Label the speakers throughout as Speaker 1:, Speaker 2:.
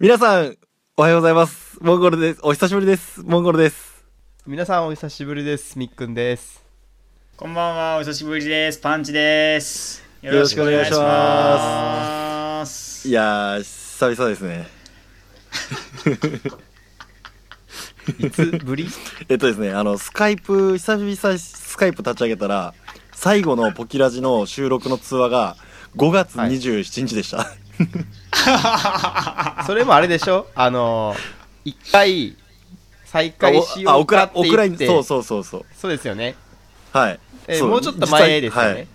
Speaker 1: 皆さん、おはようございます。モンゴルです。お久しぶりです。モンゴルです。
Speaker 2: 皆さんお久しぶりですみっくんです
Speaker 3: こんばんは、お久しぶりです。パンチです。よ
Speaker 1: ろしくお願いし
Speaker 3: ま。
Speaker 1: ますいやー、久々ですね。
Speaker 2: いつぶり
Speaker 1: えっとですね、あの、スカイプ、久々スカイプ立ち上げたら、最後のポキラジの収録の通話が5月
Speaker 2: はい
Speaker 1: 27日でした。
Speaker 2: それもあれでしょあの一回再開しようかって
Speaker 1: おあおら
Speaker 2: 言
Speaker 1: い
Speaker 2: って
Speaker 1: そうそうそうそう。
Speaker 2: そうですよね、
Speaker 1: はい。
Speaker 2: えー
Speaker 1: そ
Speaker 2: もうちょっと前
Speaker 1: 実
Speaker 2: ですよね、
Speaker 1: 際はい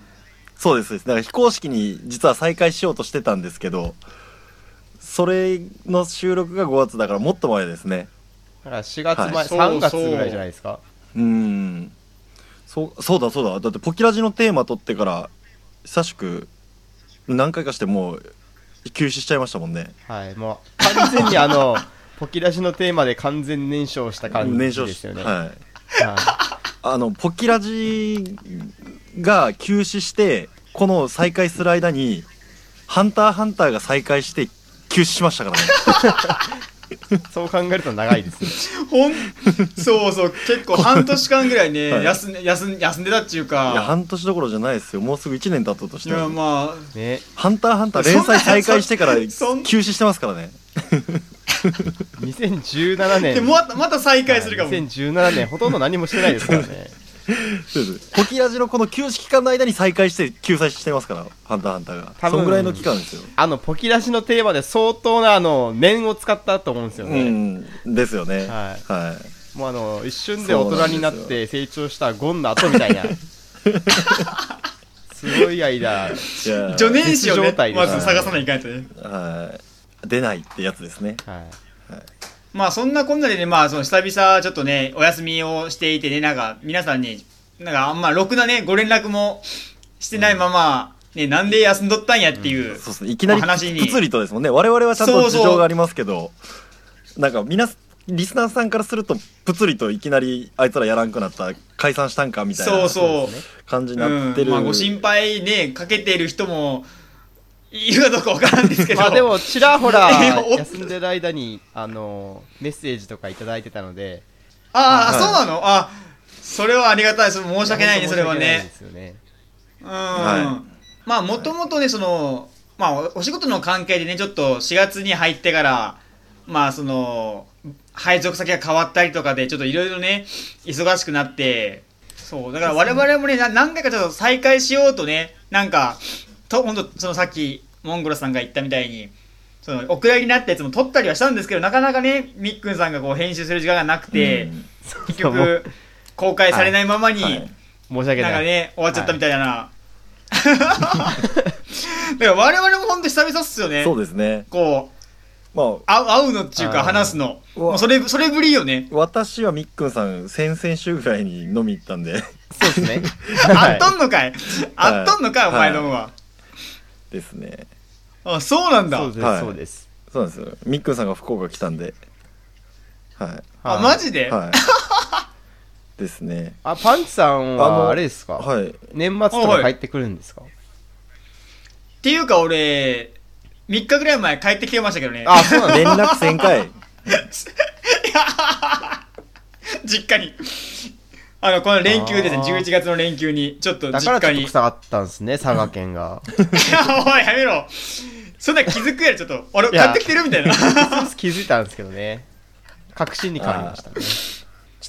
Speaker 1: そうですです。だから非公式に実は再開しようとしてたんですけど、それの収録が5月だからもっと前ですね。
Speaker 2: だから4月前、
Speaker 1: はい
Speaker 2: 3月
Speaker 3: そうそう
Speaker 2: ぐらいじゃないですか
Speaker 1: うーん。そう、そうだそうだ。だってポキラジのテーマ取ってから、久しく何回かしてもう休止しちゃいましたもんね。
Speaker 2: はいもう完全にあの ポキラジのテーマで完全燃焼した感じ
Speaker 1: 燃焼
Speaker 2: で
Speaker 1: し
Speaker 2: すよね、
Speaker 1: はい。
Speaker 2: は
Speaker 1: あの、ポキラジが休止して、この再開する間に、ハンターハンターが再開して休止しましたからね。
Speaker 2: いそう考えると長いですね
Speaker 3: ほん、そうそう、結構半年間ぐらいね、
Speaker 1: はい
Speaker 3: 休んで、休ん、休んでたっていう
Speaker 1: いや、
Speaker 3: か。
Speaker 1: 半年どころじゃないですよ。もうすぐ1年経とうとし
Speaker 3: い
Speaker 1: てます
Speaker 3: や、まあ、
Speaker 2: ね
Speaker 1: ハンターハンター連載再開してから休
Speaker 3: そん
Speaker 1: 止してますからね。
Speaker 2: 2017年
Speaker 3: でもまた、また再開するかも。
Speaker 2: はい2017年ほとんど何もしてないですからね
Speaker 1: そうです。ポキラジのこの休止期間の間に再開して救済してますから、ハンターハンターが。
Speaker 2: 多分
Speaker 1: そんぐらいの期間ですよ。
Speaker 2: あのポキ出しのテーマで相当なあの念を使ったと思うんですよ
Speaker 1: う
Speaker 2: ね、
Speaker 1: ん。ですよね。
Speaker 2: はい
Speaker 1: は
Speaker 2: もうあの一瞬で大人になって成長したゴンの後みたい なすごい間
Speaker 1: い。いや
Speaker 3: 助念詞を
Speaker 2: 日常
Speaker 3: ね
Speaker 2: 態、です
Speaker 3: まず探さないかんとね。
Speaker 1: はい。出ないってやつですね。
Speaker 2: はい
Speaker 3: まあ、そんなこんなでね、まあ、その久々、ちょっとね、お休みをしていてね、なんか、皆さんに、なんか、あんま、ろくなね、ご連絡もしてないまま、ね、なんで休んどったんやっていう。
Speaker 1: そうですね。いきなり
Speaker 3: お話に
Speaker 1: プツリとですもんね。我々はちゃん
Speaker 3: そ
Speaker 1: と
Speaker 3: うそ
Speaker 1: 事
Speaker 3: う
Speaker 1: 情がありますけど、なんか皆、リスナーさんからすると、プツリといきなりあいつらやらんくなった、解散したんかみたい
Speaker 3: そ
Speaker 1: な
Speaker 3: うそう。
Speaker 1: 感じになってる。
Speaker 3: うんまあ、ご心配ねかけている人もいるかどうかわからんですけど
Speaker 2: まあでもちらほら
Speaker 3: いやお
Speaker 2: 休んでる間にあのメッセージとか頂いただいてたので
Speaker 3: ああ、
Speaker 1: はい
Speaker 3: そうなのあそれはありがたいです申し訳ないねそれは
Speaker 2: 申
Speaker 3: ね
Speaker 2: し訳ないですよね
Speaker 3: うん、
Speaker 1: は
Speaker 3: まあもともとねそのまあおお仕事の関係でねちょっと4月に入ってからまあその配属先が変わったりとかでちょっといろいろね忙しくなってそうだから我々もねな何回かちょっと再開しようとねなんかと本当そのさっきモンゴルさんが言ったみたいにそのお蔵入りになったやつも撮ったりはしたんですけどなかなかねみっくんさんがこう編集する時間がなくて、
Speaker 1: うん
Speaker 3: 結局公開されないままに、
Speaker 1: はい
Speaker 2: 申し訳
Speaker 3: なん
Speaker 2: な
Speaker 3: か
Speaker 2: い、
Speaker 3: ね、終わっちゃったみたいだな。 だから我々も本当久々っすよね。
Speaker 1: そうですね。
Speaker 3: こう、
Speaker 1: まあ、
Speaker 3: 会う会うのっていう
Speaker 2: あ
Speaker 3: か
Speaker 2: ー
Speaker 3: 話すの。
Speaker 1: うわ
Speaker 3: もうそれ、それぶりよね。
Speaker 1: 私はみっくんさん先々週ぐらいに飲み行ったんで
Speaker 2: そうですね
Speaker 3: あっと
Speaker 2: は
Speaker 3: んのかいあっとんのかいお前どもは。
Speaker 1: ですね
Speaker 3: あ、そうなん
Speaker 2: い
Speaker 3: だ
Speaker 2: そう。です、
Speaker 1: はい
Speaker 2: そうです
Speaker 1: そうなんですよみっくんさんが福岡来たんでは
Speaker 3: あ、
Speaker 2: はい
Speaker 3: マジ
Speaker 1: い
Speaker 3: で
Speaker 1: はい ですね
Speaker 2: あパンチさんはあれですか、
Speaker 1: はい
Speaker 2: 年末とか帰ってくるんですか
Speaker 3: っていうか俺、3日ぐらい前帰ってきてましたけどね。
Speaker 2: あそうなんだ
Speaker 1: 連絡旋回
Speaker 3: 実家に。あの、この連休でね、
Speaker 2: あー
Speaker 3: 11月の連休に、ちょっと
Speaker 2: だから
Speaker 3: 実
Speaker 2: ちょ
Speaker 3: 家
Speaker 2: っ
Speaker 3: に。い
Speaker 2: と下
Speaker 3: や、
Speaker 2: がったんですね、佐賀県 が。
Speaker 3: おい、やめろ。そんな気づくやろ、ちょっと。俺、
Speaker 2: いや
Speaker 3: 買ってきてる みたいな。
Speaker 2: 気づいたんですけどね。確信に変わりましたね。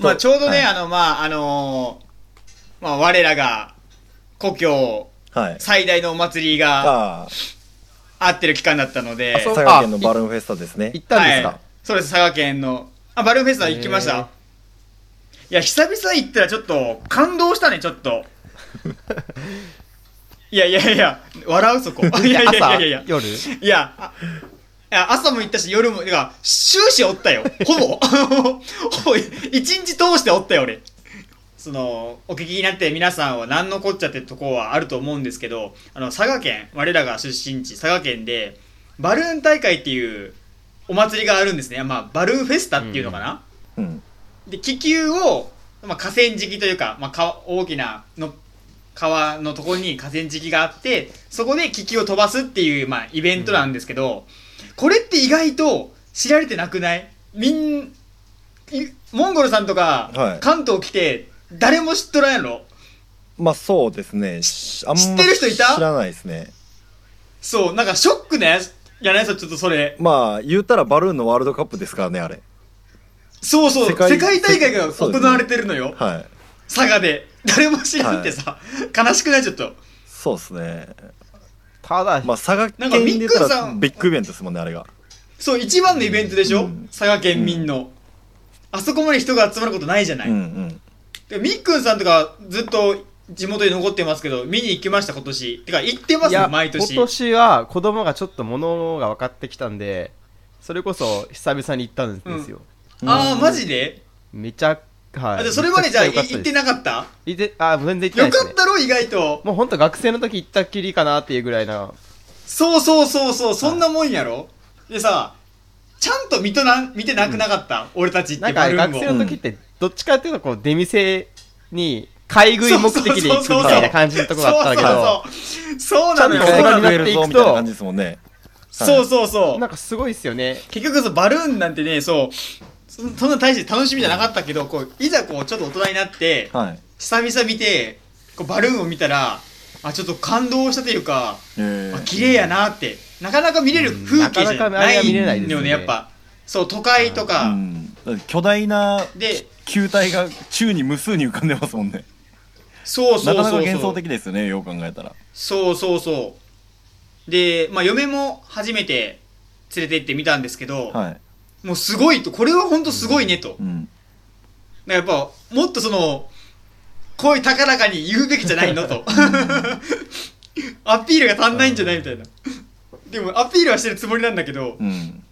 Speaker 3: まあ、ちょうどね、
Speaker 1: はい
Speaker 3: あの、まあ、あのーまあ、我らが、故郷、
Speaker 1: はい
Speaker 3: 最大のお祭りが
Speaker 1: ああ
Speaker 3: あってる期間だったので、
Speaker 2: あそう
Speaker 1: 佐賀県のバルーンフェスタですね
Speaker 2: 行ったんですか、
Speaker 3: はい、そうです、佐賀県の、あ、バルーンフェスタ行きまし
Speaker 2: へー
Speaker 3: た。いや、久々行ったらちょっと、感動したね、ちょっ と。いやいやいや、笑うそこ。いやいやいやいや
Speaker 2: 朝。夜
Speaker 3: いや、あいや朝も行ったし、夜も、てか、終始おったよ。ほぼ。 ほぼ、一日通しておったよ、俺。その、お聞きになって皆さんは何のこっちゃってとこはあると思うんですけど、あの、佐賀県、我らが出身地、佐賀県で、バルーン大会っていうお祭りがあるんですね。まあ、バルーンフェスタっていうのかな、
Speaker 1: うん
Speaker 3: で気球を、まあ、河川敷というか、まあ、川大きなの川のところに河川敷があってそこで気球を飛ばすっていう、まあ、イベントなんですけど、これって意外と知られてなくないみんいモンゴルさんとか、
Speaker 1: はい
Speaker 3: 関東来て誰も知っとらんやろ
Speaker 1: まあそうですねしあんま
Speaker 3: 知ってる人いた
Speaker 1: 知らないですね
Speaker 3: そうなんかショックねやないさちょっとそれ
Speaker 1: まあ言うたらバルーンのワールドカップですからねあれ
Speaker 3: そうそう世
Speaker 1: 世界
Speaker 3: 界大会が
Speaker 1: そう
Speaker 3: 行
Speaker 1: ですね
Speaker 3: われてるのよ、
Speaker 1: はい
Speaker 3: 佐賀で誰も知らんってさ、悲しくないちょっと
Speaker 1: そうですね
Speaker 2: ただ、
Speaker 1: まあ佐賀
Speaker 3: な
Speaker 1: 県
Speaker 3: んか
Speaker 1: で言った
Speaker 3: みっくんさ
Speaker 1: ら
Speaker 3: ん
Speaker 1: ビッグイベントですもんねあれが
Speaker 3: そう一番のイベントでしょ、
Speaker 1: うん
Speaker 3: 佐賀県民の、あそこまで人が集まることないじゃない、
Speaker 1: うんうん
Speaker 3: でみっくんさんとかずっと地元に残ってますけど見に行きました今年てか行ってま
Speaker 2: い
Speaker 3: すよ
Speaker 2: や
Speaker 3: 毎年
Speaker 2: 今年は子供がちょっと物が分かってきたんでそれこそ久々に行ったんですよ、
Speaker 3: ああマジで、
Speaker 2: めちゃは
Speaker 3: あ
Speaker 2: い
Speaker 3: じゃあそれまでじゃあい
Speaker 2: めちくち
Speaker 3: 行ってなかっ
Speaker 2: 良
Speaker 3: た
Speaker 2: かったです行ってあ全然行ってないで
Speaker 3: よ
Speaker 2: す、
Speaker 3: か
Speaker 2: ね、
Speaker 3: ったろ意外と
Speaker 2: もうほんと学生の時行ったっきりかなっていうぐらいな
Speaker 3: そうそうそうそうそんなもんやろでさちゃんと見とな見てなくなかった、俺たちって
Speaker 2: なん
Speaker 3: バ
Speaker 2: か
Speaker 3: ルーン
Speaker 2: 学
Speaker 3: を
Speaker 2: 生の時ってどっちかっていうとこう出店に買い食い目的で行くみたいな感じのところだったけど
Speaker 3: そうそうそうそうなのよ
Speaker 2: ちゃんと
Speaker 3: そう
Speaker 2: 大人
Speaker 3: なの
Speaker 2: にな
Speaker 3: よ
Speaker 1: 増
Speaker 2: っ
Speaker 1: える
Speaker 2: ていく
Speaker 1: ぞ
Speaker 2: と
Speaker 1: みたいな感じですもんね
Speaker 3: そうそうそう
Speaker 2: なんかすごいっすよね
Speaker 3: 結局そのバルーンなんてねそうそそんな大して楽しみじゃなかったけどこういざこうちょっと大人になって
Speaker 1: はい
Speaker 3: 久々見てこうバルーンを見たらあちょっと感動したというか
Speaker 1: え
Speaker 3: あ綺麗やなってなかなか見れる風景じゃ
Speaker 2: なかなかあ
Speaker 3: な
Speaker 2: れはい見れないです
Speaker 3: よ
Speaker 2: よ
Speaker 3: ね
Speaker 2: ね
Speaker 3: やっぱそう都会と
Speaker 1: う
Speaker 3: か、
Speaker 1: ん、だって巨大な
Speaker 3: で
Speaker 1: 球体が宙に無数に浮かんでますもんね
Speaker 3: そうそうそうそう
Speaker 1: なかなか幻想的ですよねよう考えたら
Speaker 3: そうそうそうで、まあ、嫁も初めて連れて行ってみたんですけど、
Speaker 1: はい、
Speaker 3: もうすごいとこれは本当すごいねと、
Speaker 1: うん、
Speaker 3: だからやっぱもっとその声高らかに言うべきじゃない のとアピールが足んないんじゃないみたいなでもアピールはしてるつもりなんだけど、
Speaker 1: うん、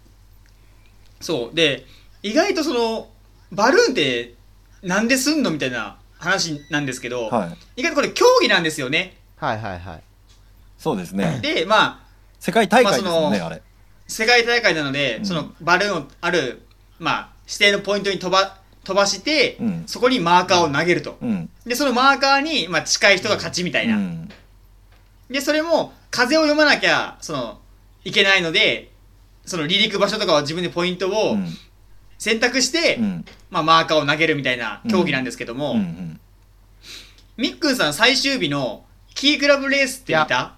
Speaker 3: そうで意外とそのバルーンってなんですんのみたいな話なんですけど、
Speaker 1: はい
Speaker 3: 意外とこれ競技なんですよね
Speaker 2: はいはいはい
Speaker 1: そうですね
Speaker 3: でまあ
Speaker 1: 世界大会ですもんね、
Speaker 3: ま
Speaker 1: あ、れ
Speaker 3: 世界大会なので、
Speaker 1: うん
Speaker 3: そのバルーンをある、まあ、指定のポイントに飛ば飛ばして、
Speaker 1: うん
Speaker 3: そこにマーカーを投げると、
Speaker 1: うん
Speaker 3: でそのマーカーに、まあ、近い人が勝ちみたいな、
Speaker 1: うん
Speaker 3: でそれも風を読まなきゃそのいけないのでその離陸場所とかは自分でポイント
Speaker 1: う
Speaker 3: を
Speaker 1: ん
Speaker 3: 選択して、
Speaker 1: うん
Speaker 3: まあ、マーカーを投げるみたいな競技なんですけども、
Speaker 1: うんうん
Speaker 3: みっくんさん最終日のキークラブレースって見
Speaker 2: い
Speaker 3: た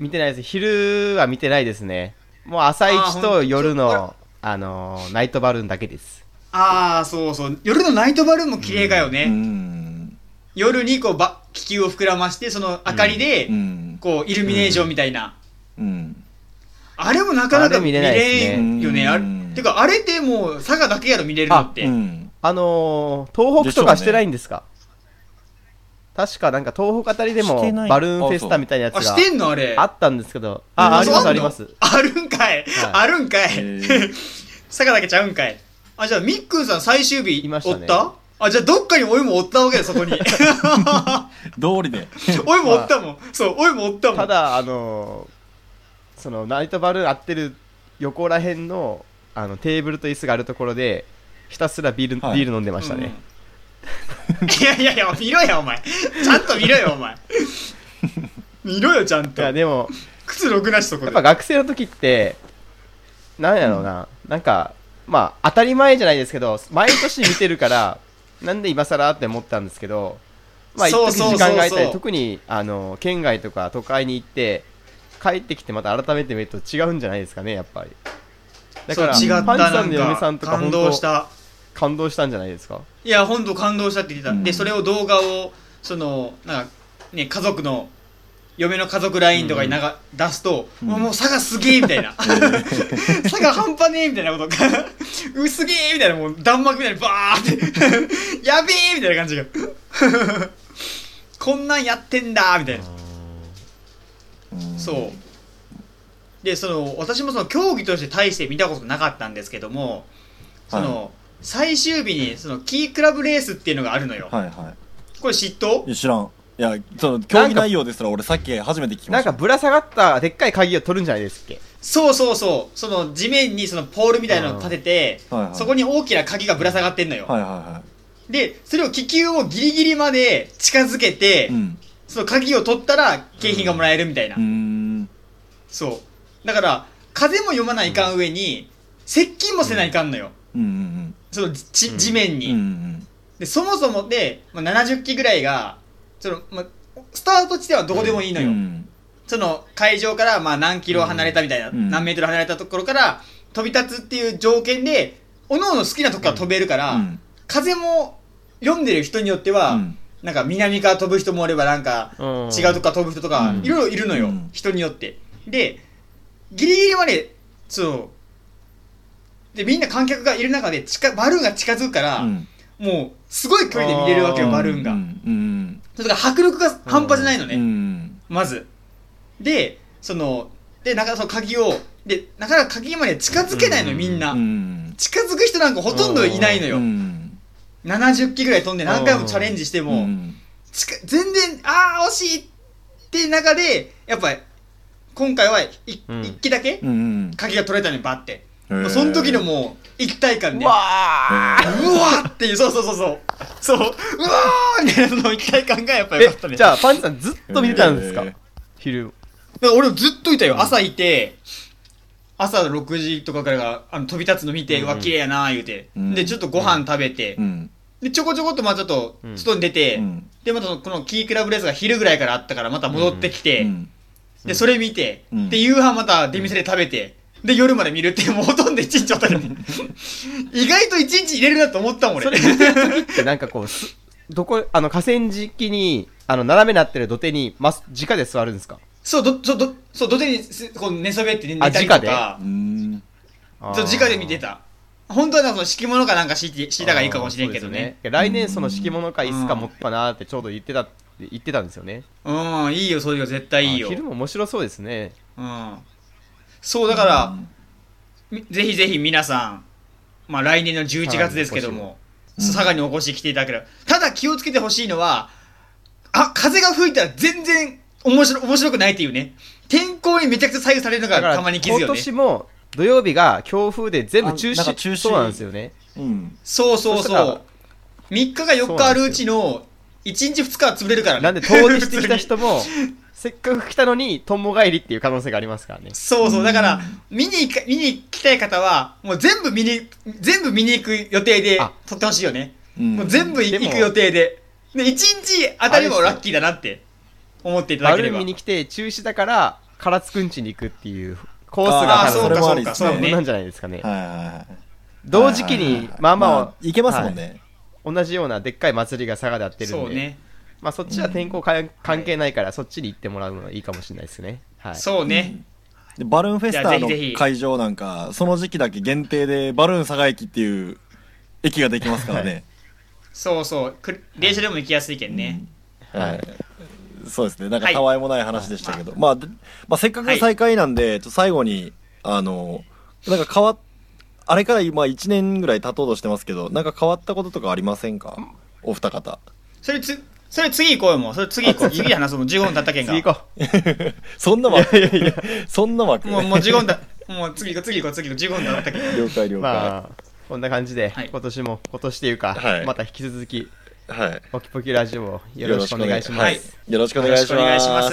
Speaker 2: 見てないです昼は見てないですねもう朝一と夜
Speaker 3: あーほん
Speaker 2: のあのーナイトバルーンだけです
Speaker 3: ああそうそう夜のナイトバルーンも綺麗かよね、
Speaker 1: うん
Speaker 3: 夜にこうば気球を膨らましてその明かりで、
Speaker 1: うん
Speaker 3: こうイルミネーションみたいな、
Speaker 1: うん
Speaker 3: あれもなかなか
Speaker 2: あれ
Speaker 3: 見
Speaker 2: 見れないです
Speaker 3: れ
Speaker 2: ね
Speaker 3: んよねあれ
Speaker 1: うん
Speaker 3: てかあれってもう佐賀だけやろ見れるのって、
Speaker 1: うん
Speaker 2: あのー東北とかしてないんですか、確かなんか東北あたりでも
Speaker 1: してない
Speaker 2: バルーンフェスタみたいなやつ
Speaker 3: あし
Speaker 2: が
Speaker 3: てんのあれ
Speaker 2: あったんですけどああ
Speaker 1: あ
Speaker 2: り
Speaker 1: そう
Speaker 2: ま
Speaker 1: な
Speaker 2: す
Speaker 1: の
Speaker 2: あります
Speaker 3: あるんかい、
Speaker 2: は
Speaker 3: あるんかい
Speaker 1: へー
Speaker 3: 佐賀だけちゃうんかいあじゃあみっくんさん最終日
Speaker 2: いまし
Speaker 3: お
Speaker 2: た
Speaker 3: っ
Speaker 2: ね
Speaker 3: たあじゃあどっかにおいもおったわけだそ こに
Speaker 1: 道理で
Speaker 3: おいもおったもんそうおいもおったもん
Speaker 2: ただあのーそのナイトバルーン合ってる横らへんのあのテーブルと椅子があるところでひたすらビール,、
Speaker 1: はい
Speaker 2: ビール飲んでましたね、
Speaker 3: うんいやいやいや見ろよお前ちゃんと見ろよお 前見ろよちゃん
Speaker 2: い
Speaker 3: と
Speaker 2: やでも
Speaker 3: 靴ろくなしそこ
Speaker 2: やっ
Speaker 3: で
Speaker 2: ぱ学生の時ってなんやろうな、なんかまあ当たり前じゃないですけど毎年見てるから なんで今更って思ったんですけどまあ一
Speaker 3: そう
Speaker 2: 時
Speaker 3: そうそうそう
Speaker 2: 時間が空いたり特にあの県外とか都会に行って帰ってきてまた改めて見ると違うんじゃないですかねやっぱりだから
Speaker 3: そう違った
Speaker 2: パンチさんの
Speaker 3: なん
Speaker 2: 嫁
Speaker 3: か
Speaker 2: さんとか
Speaker 3: 感
Speaker 2: 本
Speaker 3: 動
Speaker 2: 当
Speaker 3: した
Speaker 2: 感動したんじゃないですか
Speaker 3: いや本当感動したって言ってた、
Speaker 1: うん
Speaker 3: でそれを動画をそのなんかね家族の嫁の家族 LINE とかになが、出すと、
Speaker 1: うん
Speaker 3: もうもう差がすげえみたいな差が半端ねえみたいなことがうすげえみたいなもう弾幕みたいにバーってやべえみたいな感じがこんなんやってんだみたいな
Speaker 1: うん
Speaker 3: そうでその私もその競技として大して見たことなかったんですけどもその、最終日にそのキークラブレースっていうのがあるのよ、
Speaker 1: はいはい
Speaker 3: これ嫉妬
Speaker 1: いや知らんいやその競技内容ですら俺さっき初めて聞きま
Speaker 2: なん
Speaker 1: し
Speaker 2: か
Speaker 1: た
Speaker 2: ぶら下がったでっかい鍵を取るんじゃないですっけ
Speaker 3: そうそうそうその地面にそのポールみたいなのを立てて、
Speaker 1: うんはいはい
Speaker 3: そこに大きな鍵がぶら下がってんのよ、
Speaker 1: はいは
Speaker 3: でそれを気球をギリギリまで近づけ
Speaker 1: いは
Speaker 3: て、
Speaker 1: いうん
Speaker 3: その鍵を取ったら景品がもらえるみたいな、
Speaker 1: うーん
Speaker 3: そうだから風も読まないかん上に、接近もせないかんのよ。
Speaker 1: うんうん
Speaker 3: その地
Speaker 2: うん
Speaker 3: 地面
Speaker 1: うん
Speaker 3: に。
Speaker 1: うんうん
Speaker 3: で、そもそもで、まあ、70機ぐらいが、その、まあ、スタート地点はどこでもいいのよ。
Speaker 1: うん
Speaker 3: その会場からまあ何キロ離れたみたいな、
Speaker 1: うん
Speaker 3: 何メートル離れたところから飛び立つっていう条件で、おのおの好きなとこから飛べるから、
Speaker 1: うん
Speaker 3: 風も読んでる人によっては、
Speaker 1: うん
Speaker 3: なんか南から飛ぶ人もおればなんか
Speaker 2: うん
Speaker 3: 違うとこから飛ぶ人とか、
Speaker 1: うん
Speaker 3: いろいろいるの
Speaker 1: う
Speaker 3: よ、
Speaker 1: ん
Speaker 3: 人によって。で、ギリギリまで、そう。で、みんな観客がいる中で近、バルーンが近づくから、
Speaker 1: うん
Speaker 3: もう、すごい距離で見れるわけよ、
Speaker 2: あー
Speaker 3: バルーンが。
Speaker 1: うんうん
Speaker 3: それから迫力が半端じゃないのね。
Speaker 1: うん
Speaker 3: まず。で、その、で、なかなかその鍵を、で、なかなか鍵まで近づけないのよ、
Speaker 2: うん
Speaker 3: みんな
Speaker 1: う。ん
Speaker 3: 近づく人なんかほとんどいないの
Speaker 1: う
Speaker 3: よ。
Speaker 1: ん
Speaker 3: 70機ぐらい飛んで何回もチャレンジして
Speaker 1: う
Speaker 3: も、
Speaker 1: ん
Speaker 3: 近全然、あー、惜しいっていう中で、やっぱ、今回は一
Speaker 2: うん
Speaker 3: 一機だけ
Speaker 1: うんうん
Speaker 3: 鍵が取れたのにバッて。
Speaker 1: へー
Speaker 3: もうその時のもう、一体感で。
Speaker 2: うわー
Speaker 1: へー
Speaker 3: うわーっていう、そうそうそうそう。そう、うわーみたいなその一体感がやっぱ良かったね。
Speaker 2: えじゃあパンチさんずっと見てたんですか、
Speaker 1: えー
Speaker 2: 昼
Speaker 3: だから俺ずっといたよ朝いて朝6時とかからがあの飛び立つの見て、
Speaker 2: う
Speaker 3: うんわ綺麗やなー言うて、
Speaker 1: うん
Speaker 3: でちょっとご飯食べて、
Speaker 1: うん
Speaker 3: でちょこちょこっとまあちょっと
Speaker 2: うん
Speaker 3: 外に出て、
Speaker 1: うん
Speaker 3: でまたこのキークラブレースが昼ぐらいからあったからまた戻ってきて、
Speaker 1: うん
Speaker 3: でそれ見て、
Speaker 1: うん
Speaker 3: で夕飯また出店で食べてで夜まで見るっていうもうほとんど一日おったよね意外と一日入れるなと思ったもん俺
Speaker 2: それ見てる時ってなんかこうす どこあの河川敷にあの斜めになってる土手にま直で座るんですか
Speaker 3: そうどそうどそう土手にすこう寝そべって寝たり
Speaker 2: あ
Speaker 3: と
Speaker 2: 直で
Speaker 3: か
Speaker 1: うん
Speaker 3: そう直で見てた本当はなんかその敷物かなんか敷いて敷いたがいいかもしれんけどね
Speaker 2: あーそうですよ来年その敷物か椅子か持ったなーってちょうど言ってた言ってたんですよね
Speaker 3: うん、いいよ、そういうの絶対いいよ
Speaker 2: あ。昼も面白そうですね
Speaker 3: うん。そう、だから、みぜひぜひ皆さん、まあ来年の11月ですけども、
Speaker 1: 佐賀にお越しを
Speaker 3: 佐賀にお越し来ていただければ。ただ気をつけてほしいのは、あ、風が吹いたら全然面白面白くないっていうね。天候にめちゃくちゃ左右されるのが
Speaker 2: だから
Speaker 3: たまに気づ
Speaker 2: 今
Speaker 3: よね。
Speaker 2: 年も土曜日が強風で全部中
Speaker 1: あなん
Speaker 2: 止
Speaker 1: か中止
Speaker 2: そうなんですよね
Speaker 1: うん
Speaker 3: そうそう
Speaker 2: そし
Speaker 3: そ
Speaker 2: たら
Speaker 3: う。3日か4日あるうちの、1日2日は潰れるからね。
Speaker 2: なんで遠出してきた人 もせっかく来たのにとんぼ帰りっていう可能性がありますからね
Speaker 3: そうそうう、
Speaker 1: ん
Speaker 3: だから、見に行か、見に来たい方は、もう全部見に、全部見に行く予定で
Speaker 2: あ
Speaker 3: 撮ってほしいよね。
Speaker 1: うん
Speaker 3: もう全部い
Speaker 2: でも
Speaker 3: 行く予定で。で、一日当たりも
Speaker 2: あれっすよ
Speaker 3: ラッキーだなって思っていただ
Speaker 2: バ
Speaker 3: けれ
Speaker 2: ル
Speaker 3: ば。
Speaker 2: ミに
Speaker 3: い
Speaker 2: 来て中止だから唐津くんちに行くっていうコー
Speaker 1: あ
Speaker 2: スが
Speaker 1: ー
Speaker 2: 多
Speaker 1: それ
Speaker 2: 分
Speaker 1: もありです
Speaker 3: そうかそうかそうね
Speaker 1: ね
Speaker 2: なんじゃないですかね
Speaker 1: はいはいはい
Speaker 2: 同時期にまあまあ
Speaker 1: いけますもんね
Speaker 2: 同じようなでっかい祭りが佐賀でやってる
Speaker 3: そ
Speaker 2: ん
Speaker 3: う
Speaker 2: で
Speaker 3: ね。
Speaker 2: まあそっちは天候か関係ないからそっちに行ってもらうのがいいかもしれないですねはい
Speaker 3: そうね。
Speaker 1: でバルーンフェスタの
Speaker 3: じゃあぜひぜひ
Speaker 1: 会場なんかその時期だけ限定でバルーン佐賀駅っていう駅ができますからね
Speaker 3: そうそう。く電車でも行きやすいけんね。
Speaker 1: はいそうですねなん
Speaker 3: は
Speaker 1: か
Speaker 3: い
Speaker 1: たわいもない話でしたけど、まあでまあせっかく再開なんで、ちょっと最後にあのなんか変わっあれから今1年ぐらい経とうとしてますけどなんか変わったこととかありませんかお二方
Speaker 3: それつ、それ次行こうよ、もう。それ次行こう。次話そう。もう15分経ったけんが。
Speaker 2: 次行こ
Speaker 1: そんな枠いやいやそんな枠
Speaker 3: もう、もう15分だ。もう次行こう、次行こう、次行こう。15分経ったけん。
Speaker 1: 了解了
Speaker 2: う
Speaker 1: 解、
Speaker 2: まあこんな感じで
Speaker 3: はい
Speaker 2: 今年も今年というか
Speaker 1: はい
Speaker 2: また引き続き
Speaker 1: はい
Speaker 2: ポキポキラジオをよろしくお願いし
Speaker 1: は
Speaker 2: ます
Speaker 1: よろしくお願いします
Speaker 3: よろくお願いします。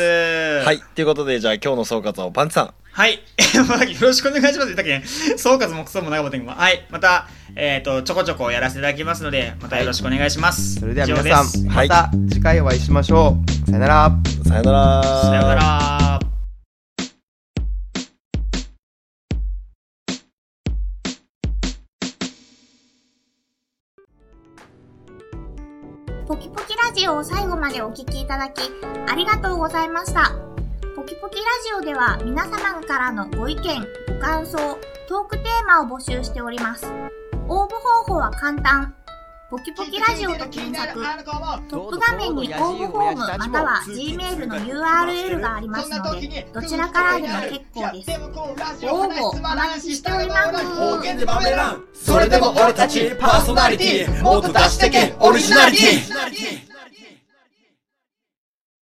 Speaker 1: はい。ということで、じゃあ今日の総括をパンチさん。
Speaker 3: はい。 まあよろしくお願いします。言ったけん。総括もクソも長かったけど、はい。また、えっ、と、ちょこちょこやらせていただきますので、またよろしくお願いします。
Speaker 2: それでは皆
Speaker 3: 以上です
Speaker 2: さん
Speaker 1: は
Speaker 2: ま
Speaker 1: い
Speaker 2: た次回お会いしましょうさよなら
Speaker 1: さよなら。
Speaker 3: さようなら。
Speaker 4: ポキポキラジオを最後までお聞きいただき、ありがとうございました。ポキポキラジオでは皆様からのご意見、ご感想、トークテーマを募集しております。応募方法は簡単。ポキポキラジオと検索、トップ画面に応募フォームまたは Gmail の URL がありますので、どちらからでも結構です。応募お待ちしております。
Speaker 5: 方言で豆らんそれでも俺たちパーソナリティもっと出してけオリジナリティ